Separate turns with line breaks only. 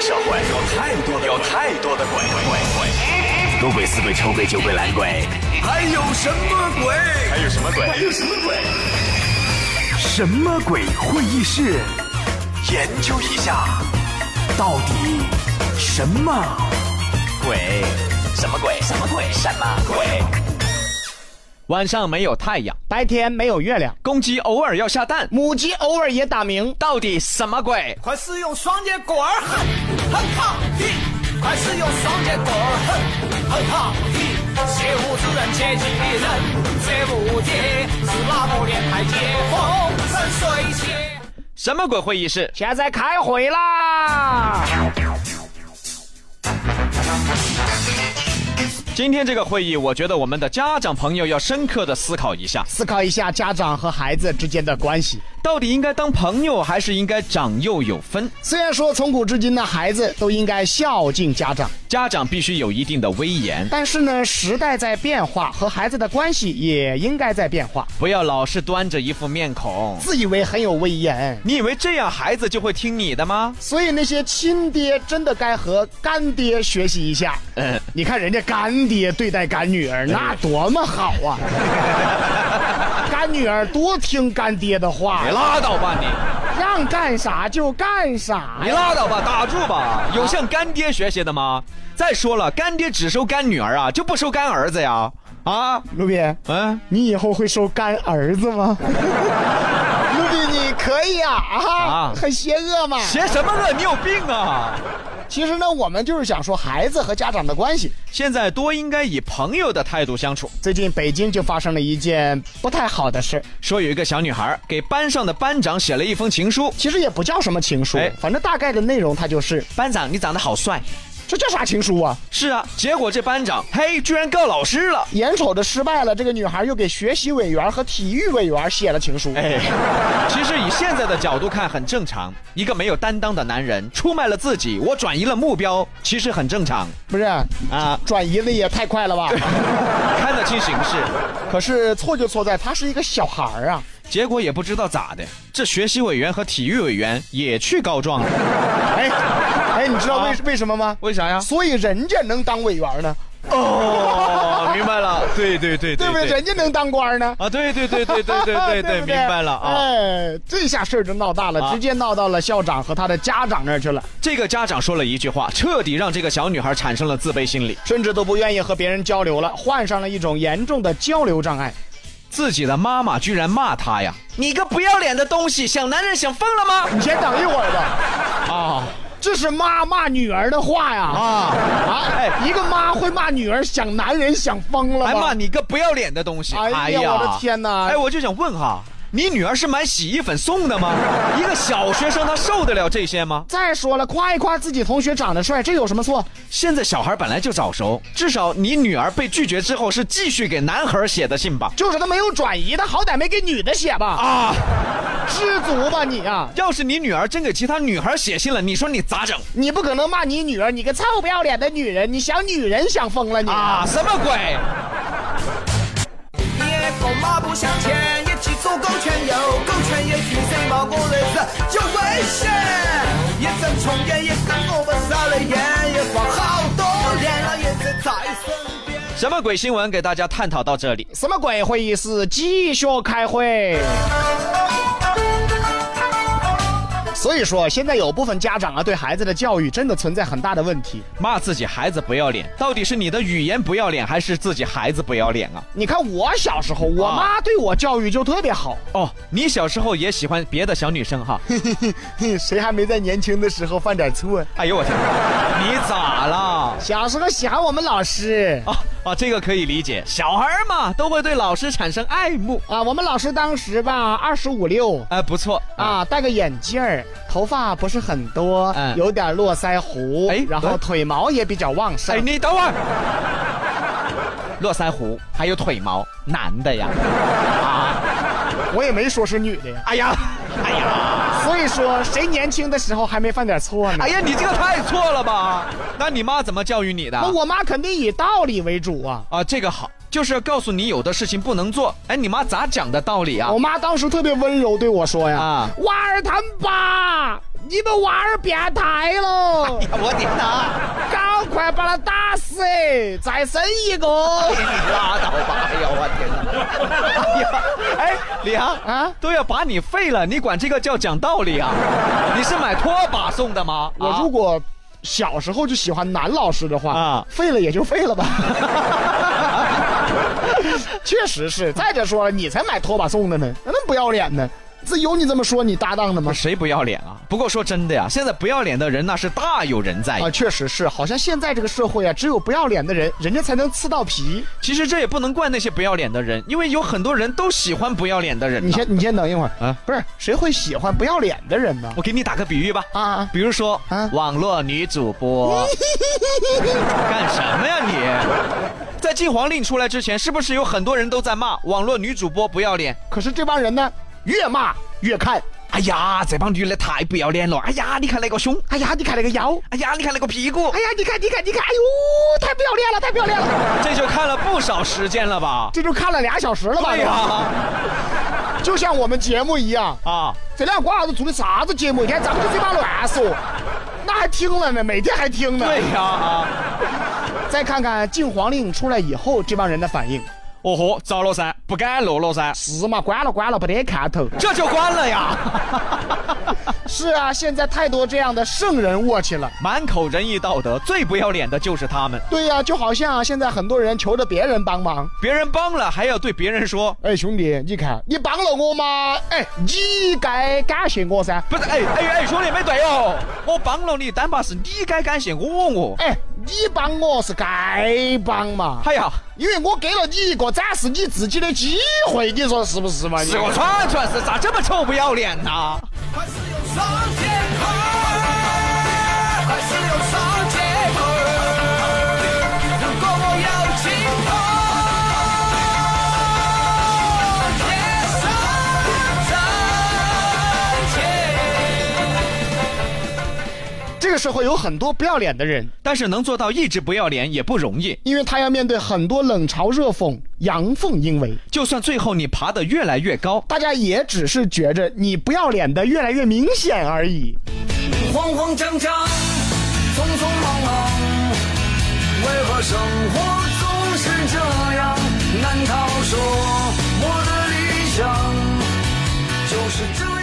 社会有太多的有太多的鬼鬼鬼，赌鬼、死鬼、丑鬼、酒鬼、懒鬼，还有什么鬼？还有什么鬼？还有什么鬼？什么鬼会议室？研究一下，到底什么鬼？什么鬼？什么鬼？什么鬼？
晚上没有太阳，
白天没有月亮，
公鸡偶尔要下蛋，
母鸡偶尔也打鸣。
到底什么鬼？
快使用双截棍儿，哼哼哈嘿！快使用双截棍儿，哼哼哈嘿！切勿指认切记人，这不贴是哪个年代解封沉水切？
什么鬼会议室？
现在开会啦！
今天这个会议，我觉得我们的家长朋友要深刻的思考一下，
思考一下家长和孩子之间的关系。
到底应该当朋友还是应该长幼有分？
虽然说从古至今呢，孩子都应该孝敬家长，
家长必须有一定的威严，
但是呢，时代在变化，和孩子的关系也应该在变化。
不要老是端着一副面孔。
自以为很有威严，
你以为这样孩子就会听你的吗？
所以那些亲爹真的该和干爹学习一下。
嗯
你看人家干爹对待干女儿那多么好啊！干女儿多听干爹的话
你，拉倒吧你，
让干啥就干啥
你
呀。
拉倒吧，打住吧！有向干爹学习的吗？再说了，干爹只收干女儿啊，就不收干儿子呀！啊，
卢比，
嗯，
你以后会收干儿子吗？ 卢比，你可以啊啊
啊！
很邪 恶嘛。
邪什么恶？你有病啊！
其实呢，我们就是想说孩子和家长的关系。
现在多应该以朋友的态度相处。
最近北京就发生了一件不太好的事儿，
说有一个小女孩给班上的班长写了一封情书，
其实也不叫什么情书
哎，
反正大概的内容它就是，
班长你长得好帅。
这叫啥情书啊？
是啊，结果这班长嘿居然告老师了。
眼瞅着失败了，这个女孩又给学习委员和体育委员写了情书。
哎，其实以现在的角度看很正常，一个没有担当的男人出卖了自己，我转移了目标，其实很正常
不是，
啊，
转移的也太快了 吧？
看得清形势。
可是错就错在他是一个小孩儿啊，
结果也不知道咋的，这学习委员和体育委员也去告状了，
哎，哎，你知道为、
啊
为什么吗？
为啥呀？
所以人家能当委员呢，
哦，明白了，对对对
对不对？人家能当官呢。
啊，对对对对对对 对 对，
不
明白了啊。
哎，这下事儿就闹大了，
啊
直接闹到了校长和他的家长那儿去了，
这个家长说了一句话，彻底让这个小女孩产生了自卑心理。
甚至都不愿意和别人交流了，患上了一种严重的交流障碍。
自己的妈妈居然骂她呀！你个不要脸的东西，想男人想疯了吗？
你先等一会儿吧。
啊
这是妈骂女儿的话呀！啊
啊！哎
一个妈会骂女儿想男人想疯了吗？
还哎骂你个不要脸的东西！
哎呀我的天哪
哎，我就想问哈，你女儿是买洗衣粉送的吗？一个小学生她受得了这些吗？
再说了，夸一夸自己同学长得帅，这有什么错？
现在小孩本来就早熟，至少你女儿被拒绝之后是继续给男孩写的信吧？
就是他没有转移，他好歹没给女的写吧？
啊！
知足吧你啊！
要是你女儿真给其他女孩写信了，你说你咋整
你不可能骂你女儿，你个臭不要脸的女人，你想女人想疯了你
啊？！什么鬼？
一步马步向前，一起左勾拳右勾拳，也许什么我日子有危险。一阵重演，一阵我们少了眼，也放好多年了，一直在身边。
什么鬼新闻？给大家探讨到这里。
什么鬼会议室？继续开会。所以说，现在有部分家长啊，对孩子的教育真的存在很大的问题。
骂自己孩子不要脸，到底是你的语言不要脸，还是自己孩子不要脸啊？
你看我小时候，我妈对我教育就特别好。
哦，你小时候也喜欢别的小女生哈？
谁还没在年轻的时候犯点错？
哎呦我天，你咋了？
小时候喜欢我们老师
啊啊，这个可以理解，小孩儿嘛都会对老师产生爱慕。
啊，我们老师当时吧二十五六
哎，不错啊，
啊，戴个眼镜儿，头发不是很多，
嗯
有点络腮胡，
哎
然后
哎
腿毛也比较旺盛。
哎，你等会儿。络腮胡还有腿毛，男的呀？
我也没说是女的呀。
哎呀，哎呀，
所以说，谁年轻的时候还没犯点错呢？
哎
哎呀，
呀，你这个太错了吧？那你妈怎么教育你的？
那我妈肯定以道理为主啊。
啊，这个好，就是告诉你有的事情不能做。哎，你妈咋讲的道理啊
我？妈当时特别温柔对我说呀：“
啊
瓦尔坦巴，你们娃儿变态了，
我天哪！
赶快把他打死！再生一个。
你拉倒吧！哎呀，我天哪！哎呀，哎，李航啊
啊，
都要把你废了，你管这个叫讲道理啊？你是买拖把送的吗？
我
啊
如果小时候就喜欢男老师的话，
啊
啊，废了也就废了吧。 确实是，再者说了，你才买拖把送的呢，那么不要脸呢？这有你这么说你搭档的吗？
谁不要脸啊？不过说真的呀，现在不要脸的人那是大有人在。
啊，确实是，好像现在这个社会啊，只有不要脸的人，人家才能吃到皮。
其实这也不能怪那些不要脸的人，因为有很多人都喜欢不要脸的人呐。
你先，你先等一会儿
啊
啊，不是谁会喜欢不要脸的人呢？
我给你打个比喻吧，
啊啊
比如说、
啊
网络女主播，干什么呀你？在禁黄令出来之前，是不是有很多人都在骂网络女主播不要脸？
可是这帮人呢，越骂越看。
哎呀，这帮女的太不要脸了！哎呀，你看那个胸，
哎呀，你看那个腰，
哎呀，你看那个屁股
哎，呀，你看，你看，你看，哎呦，太不要脸了，太不要脸了！
这就看了不少时间了吧？哎
这就看了俩小时了吧？
对呀、
就像我们节目一样，
啊，
这俩瓜子做的啥子节目？你看咱们就嘴巴乱说，哦那还听了呢，每天还听呢。
对，呀、啊，
再看看禁黄令出来以后，这帮人的反应，
哦豁，糟了噻，不敢录了噻，
是嘛？关了关了，不得看头。
这就关了呀！
是啊，现在太多这样的圣人握起了。
满口仁义道德，最不要脸的就是他们。
对呀、就好像、啊、现在很多人求着别人帮忙。
别人帮了，还要对别人说，
哎，兄弟，你看你帮了我嘛？哎，你该感谢我噻。
不是，哎哎哎，兄弟没对哦，我帮了你，但怕是你该感谢我哦。
哎，你帮我是该帮嘛，
哎呀，
因为我给了你一个展示你自己的机会，你说是不是嘛？你
是个串串是咋这么臭不要脸呢、
快使用双节棍，快使用双节棍。如果我有情头，接受惩戒。
这个社会有很多不要脸的人，
但是能做到一直不要脸也不容易。
因为他要面对很多冷嘲热讽、阳奉阴违，
就算最后你爬得越来越高，
大家也只是觉着你不要脸的越来越明显而已。
慌慌张张，匆匆忙忙，为何生活总是这样？难道说我的理想就是这样？